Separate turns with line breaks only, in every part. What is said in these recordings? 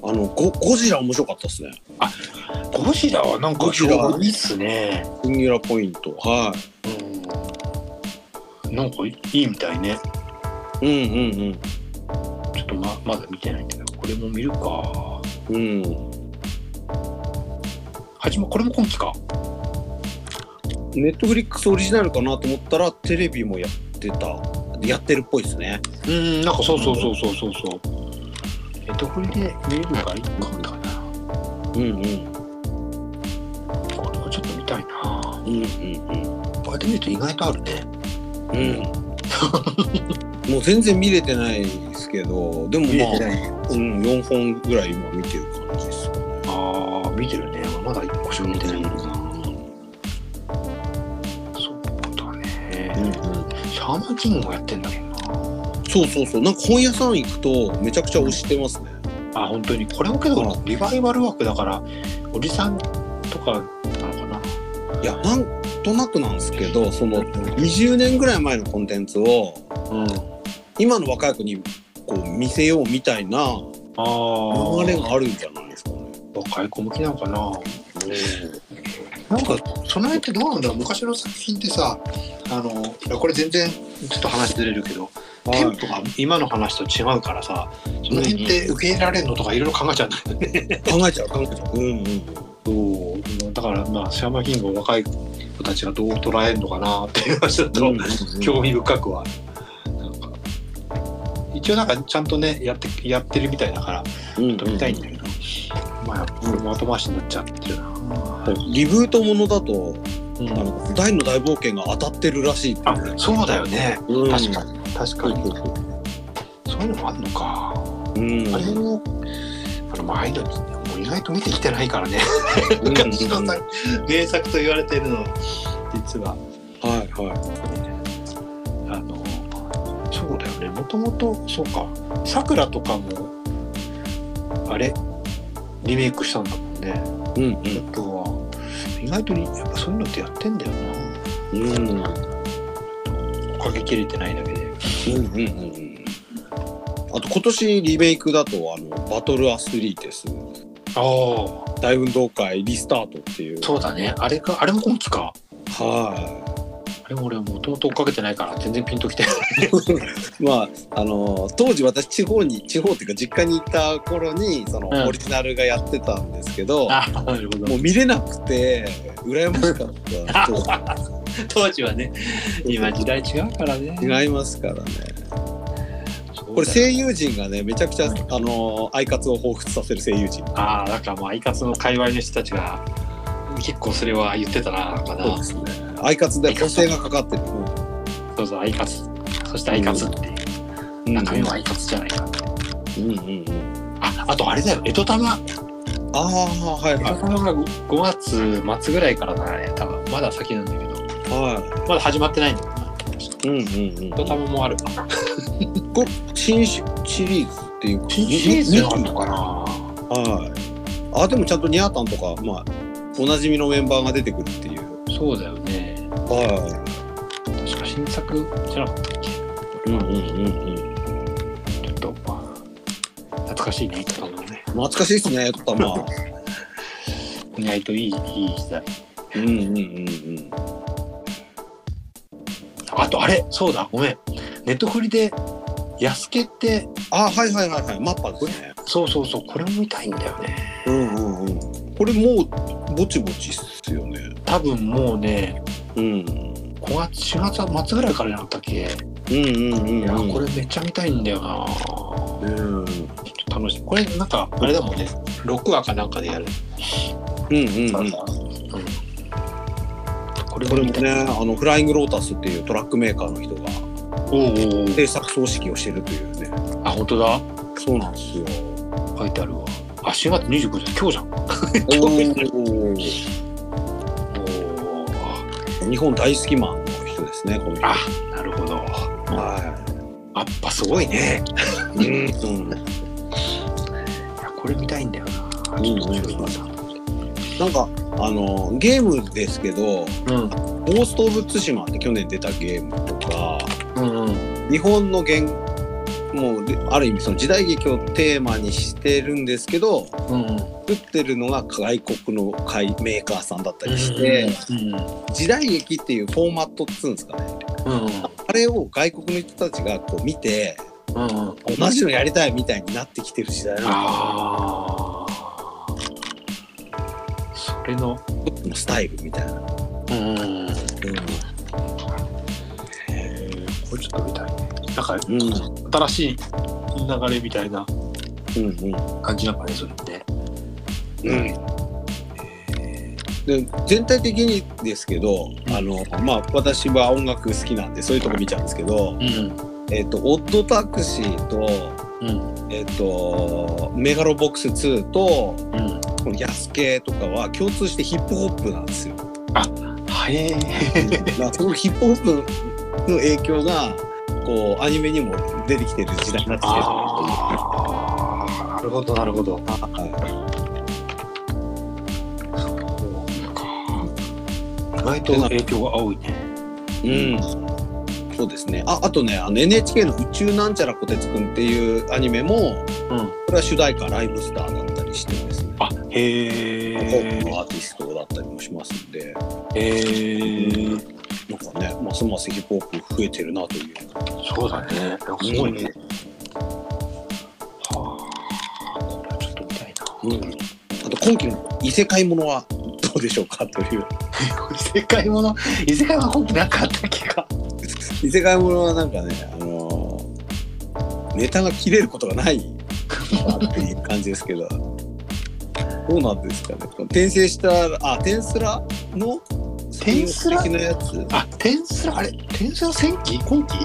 ゴジラ面白かったですね。
ゴジラはなんか
ゴジラ
評判いいっすね。
フンギュラポイント。は
うん。なんかいいみたいね。
い。うん
ちょっとままだ見てないんだけど、これも見るか。
うんうん。うん。
はじま、これも今期か。
ネットフリックスオリジナルかなと思ったら、テレビもやってた。やってるっぽいですね。
うん、なんかそうそうそうそうそうそう。えっと、これで見れるからいいかかな。
うんうん。
これはちょっと見たいな。
うんうん
こうやって見ると意外とあるね。
うん。 うん。もう全然見れてないですけど、でもまあ、
ない。
うん、4本ぐらい今見てる感じです。
ああ、見てるね。まだ一個しか見てないのかな。そうだ
う
ね。
んうん
シャーマンキングもやってんだけどな。
そうそうそう。なんか本屋さん行くとめちゃくちゃ推してますね。
あ本当にこれもけ
う
どリバイバル枠だからおじさんとかなのか
いや、なんとなくなんですけど、その20年ぐらい前のコンテンツを
なうん
今の若い子にこう見せようみたいな
ああ
流れがあるんじゃないですかね。
若い子向きなのかななんかその辺ってどうなんだろう昔の作品ってさあのいやこれ全然ちょっと話ずれるけど、テンポが今の話と違うからさその辺って受け入れられるのとかいろいろ考えちゃうんだよね、
考えちゃう考えちゃう。うんうん。
そうだからまあシャーマンキングを若い子たちがどう捉えるのかなっていうのはちょっと、
うんうんうん
興味深くはなんか一応なんかちゃんとねやってやってるみたいだから
うん
見たいんだけど、まあこれも後回しになっちゃってるな、
リブートものだと、
うん
あの大の大冒険が当たってるらしいっていうね
あそうだよね、
うん
確かに確かに、そういうのもあるのか、
うん
あれもあのまあアイドルってもう意外と見てきてないからね、
うん
昔のさ名作と言われてるの実は
はいは
あのそうだよねもともとそうかさくらとかもあれリメイクしたんだもんね
い。うん
あとは意外とやっぱそういうのってやってんだよ
うんうんうん
な追っかけきれてないだけで
うんうんうん。あと今年リメイクだとあのバトルアスリーテス
ああ
大運動会リスタートっていう。
そうだねあれかあれも今期か
はい。
あれも俺もともと追っかけてないから全然ピンときてない
まああの当時私地方に地方っていうか実家に行った頃にその、
うん
オリジナルがやってたんですけど
あなるほ
もう見れなくて羨ましかったと
当時はね今時代違うからね
違いますからね
こ
これ声優陣がねめちゃくちゃ、あのアイカツを彷彿させる声優陣
ああなんかまあアイカツの界隈の人たちが結構それは言ってたななんかな
すねアイカツで補正がかかってる、
そうそう、アイカツ。そしてアイカツっていう。
うん、
中身はアイカツじゃないか。
うんうんうん
あ、あとあれだよ、エトタマ。
ああはい
エ
は
トタマが5月末ぐらいからだね、多分。まだ先なんだけど。
いは
まだ始まってないんだよな。
いうんうん
エ
う
ト
ん
タマもあるか。
これ新シシリーズっていうか
んのかな
はい。あ、でもちゃんとニャータンとか、まあ、おなじみのメンバーが出てくるっていう。
そうだよね。
は
確か新作じゃなかったっけ
い。うんうんうんうん。
ちょっと、まあ、懐かしいね、エトタマね。
懐かしいですね、た ま。
意外といい、いい時代。
うんうんうんうん。
あとあれ、そうだ、ごめん。ネットフリで、ヤスケって、
あ、はいはいはいはい、マッパですね。
そうそうそう、これも見たいんだよね。
うんうんうん。これもう、ぼちぼちっすよね。
多分もうね
うん。
5月4月末ぐらいからやったっけ、
うんうんうん、うん。
いやこれめっちゃ見たいんだよなちょ
れ、うん。うん
っと楽しみこれなんかあれだもんね6話かなんかでやる、
うん
う
うんん。
これ
これ
も
も
見たい
ね、あの、フライングロータスっていうトラックメーカーの人が
おうおうおう
制作葬式をしてるというね。
あ本当だ
そうなんですよ。
書いてあるわあ4月29日今日じゃん
お
おー
日本大好きマンの人ですね、この人。
あなるほど
は
やっぱすごいね
い。うん。
いやこれ見たいんだよな
うん
ちょっと面白い
な
な
んか、あの、ゲームですけど、
うん
ゴースト・オブ・ツシマって去年出たゲームとか、
うんうん
日本の原もうである意味その時代劇をテーマにしてるんですけど
うんうん
作ってるのが外国の会メーカーさんだったりして、
うん
時代劇っていうフォーマットっつうんですかね
うん
あれを外国の人たちがこう見て
うんうん
同じのやりたいみたいになってきてる時代な
ああそれの
のスタイルみたいな。
うん
うん
えーこれちょっと見たいねなんか
うん
新しい流れみたいな
うん
感じなんかねそれって
うんうんで全体的にですけど、
うん
あのまあ、私は音楽好きなんでそういうとこ見ちゃうんですけど、
うん
えっとオッドタクシーと,、
うん
えっとメガロボックス2と
うん
このヤスケとかは共通してヒップホップなん ですよ。
はいえ
だからそのヒップホップの影響がこうアニメにも出てきてる時代になってきてる
ああなるほどなるほど
は
そうか意外と影響が多いね
いうんそうですねああとねあの NHK の「宇宙なんちゃらこてつくん」っていうアニメも
うん
これは主題歌「ライムスター」だったりしてですね。
あ
ポ
へ
ップ
え
のアーティストだったりもしますんで、
へえ
なんかね、ますますヒップホップ増えてるなという。
そうだね。なんかすごいね。はあ、これはちょっと見たいな。
あと今期の異世界ものはどうでしょうかという。
異世界もの、異世界は本気なかった気が。
異世界ものはなんかね、あのーネタが切れることがないっていう感じですけど。どうなんですかね。転生した、あ、転スラの
転スラ
スピンオフ的なやつ。
あ、転スラ、あれ、転スラ戦記今期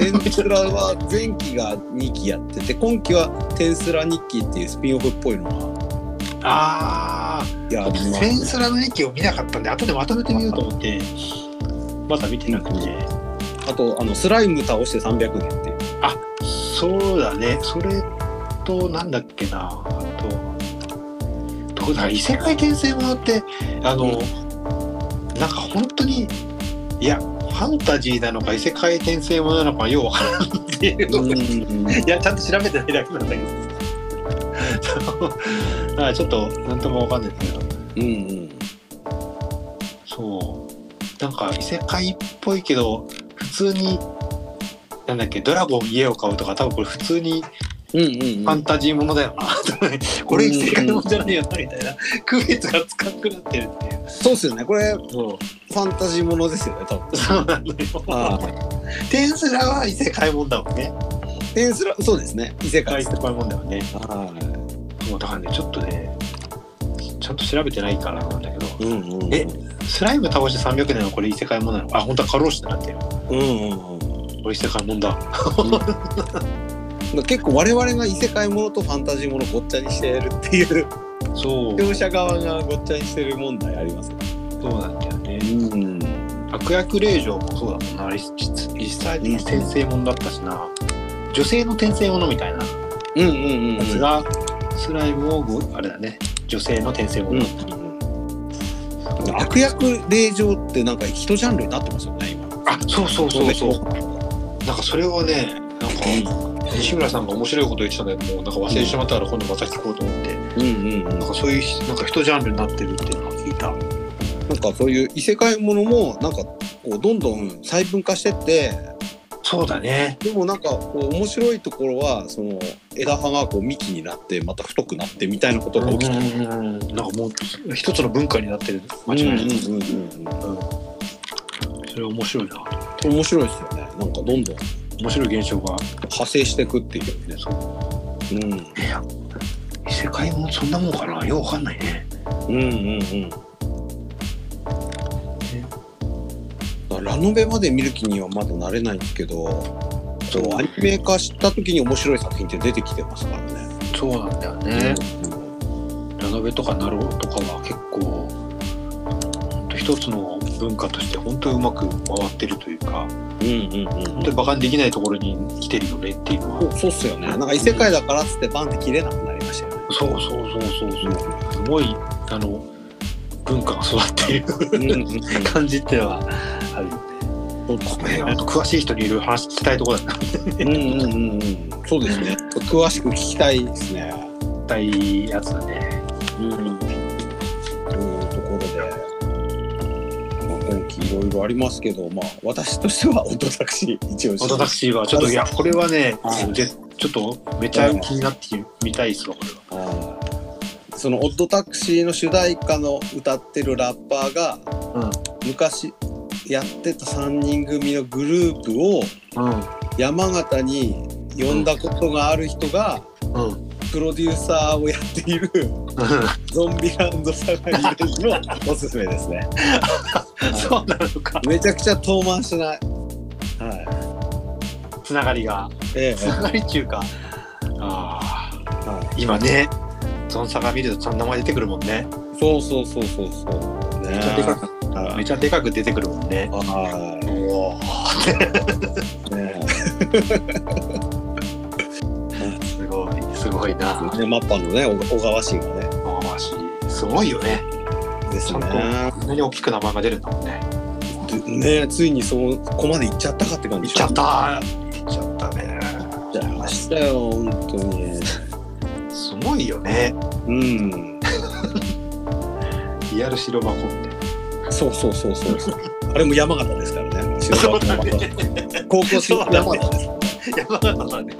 転スラは前期が2期やってて、今期は転スラ日記っていうスピンオフっぽいのが
あ
や
あ、
ります
転スラの駅を見なかったんで、後でまとめてみようと思って、まだ見てなくて。
あとあのスライム倒して300年っていう
あ、そうだね。それと、なんだっけな。あと、どうだ、異世界転生ものって、あの、なんか本当に、いや、ファンタジーなのか異世界転生ものなのかようわからんっていう。いや、ちゃんと調べてないだけなんだけど。そうあちょっと、なんともわかんないんだけど。
うんうん
そう。なんか異世界っぽいけど、普通に、なんだっけ、ドラゴン家を買うとか、多分これ普通に
うんうん
フ
う
ァ
ん
ンタジーものだよな、これ異世界ものじゃないよなみたいな区別がつかなくなってるっていう
そうっすよねこれフ
そ
ァンタジーものですよね多分
うそうなのよ
あ
テンスラは異世界もんだもんね
テンスラそうですね異世界
異世界もんだよね
は
そうだからねちょっとねちゃんと調べてないからなんだけど
いうんうんうん
えスライム倒して300年はこれ異世界もんなのあ本当は過労死になってる
うんうんうん
これ異世界もんだ
結構我々が異世界ものとファンタジーものごっちゃにしてるっていう
そう
両者側がごっちゃにしてる問題ありますよね
そうなんだよね
うん
悪役令嬢もそうだもんなあれ実実際に転生もんだったしな女性の転生ものみたいな
うんうんうん
やつが、スライムをごあれだね女性の転生も
う
の、
ん悪役令嬢ってなんか一ジャンルになってますよね今
あそうそうそうそう
う
なんかそれをねなんか西村さんが面白いこと言ってたんだけどもうなんか忘れてしまったから今度また聞こうと思って、
うんうん
なんかそういうなんか一ジャンルになってるっていうのを聞いた
なんかそういう異世界ものもなんかこうどんどん細分化してって
そうだね
でもなんかこう面白いところはその枝葉がこう幹になってまた太くなってみたいなこと
うん
が起きてる。
なんかもう一つの文化になってる間違いない、
うんうんうん
それ面白いな
うん面白いですよね。なんかどんどん
面白い現象が
派生していくっていうね。うん
異世界もそんなもんかなようわかんないね
うんうんうん。ラノベまで見る気にはまだなれないんですけど、そうアニメ化した時に面白い作品って出てきてますからね。
そうなんだよね、ラノベとかナローとかは結構ほんと一つの文化として本当にうまく回ってるというか
うんうんうんうん
本当。に馬鹿にできないところに来てるよねっていうのは
そうっすよね。なんか異世界だからっつってバンって切れなくなりましたよね。
そうそうそうそうそうすごいあの文化が育っている
うんうんうん
感じってのはあるよね
そうですね。
あと詳しい人にいろいろ話したいところだな。
うんうんうんうん。そうですね。詳しく聞きたいですね。
たいやつだね。
うん。というところで、まあ、今期いろいろありますけど、まあ、私としてはオトタクシー一応
オトタクシーはちょっといやこれはね、
はい
ぜちょっとめちゃ気になってみたいですわこれは。
そのオットタクシーの主題歌の歌ってるラッパーが、昔やってた3人組のグループを
う
山形に呼んだことがある人が
んうん
プロデューサーをやっているゾンビランドサガリレンジの おすすめですね。
そうなのか。
めちゃくちゃ遠回しない。は
つながりが
い。え
つながり中か。あ
え。は
あ今ね。ゾンサが見るとその名前出てくるもんね。
い。そうそうそうそうそう。ね
めちゃでかく、
は
め
い。
ちゃでかく出てくるもんね。
は
お
い。
お、
ね
すごい、すごいな。
え。ね、マッパのね、小小川氏がね。
ああ、し、すごいよね。
です
ちゃんと
ね。
こんなに大きく名前が出るんだもんね。
ね、ついにそこまで行っちゃったかって感
いっ
じ。
ちゃった。いっちゃったね。
行っちゃいましたよ、本当に。
すごいよね。
うん。
リアル白箱って。
そうそうそうそうそう。あれも 山形ですからね。
そうだね
高校生
そうだね
山形です。
山形だね。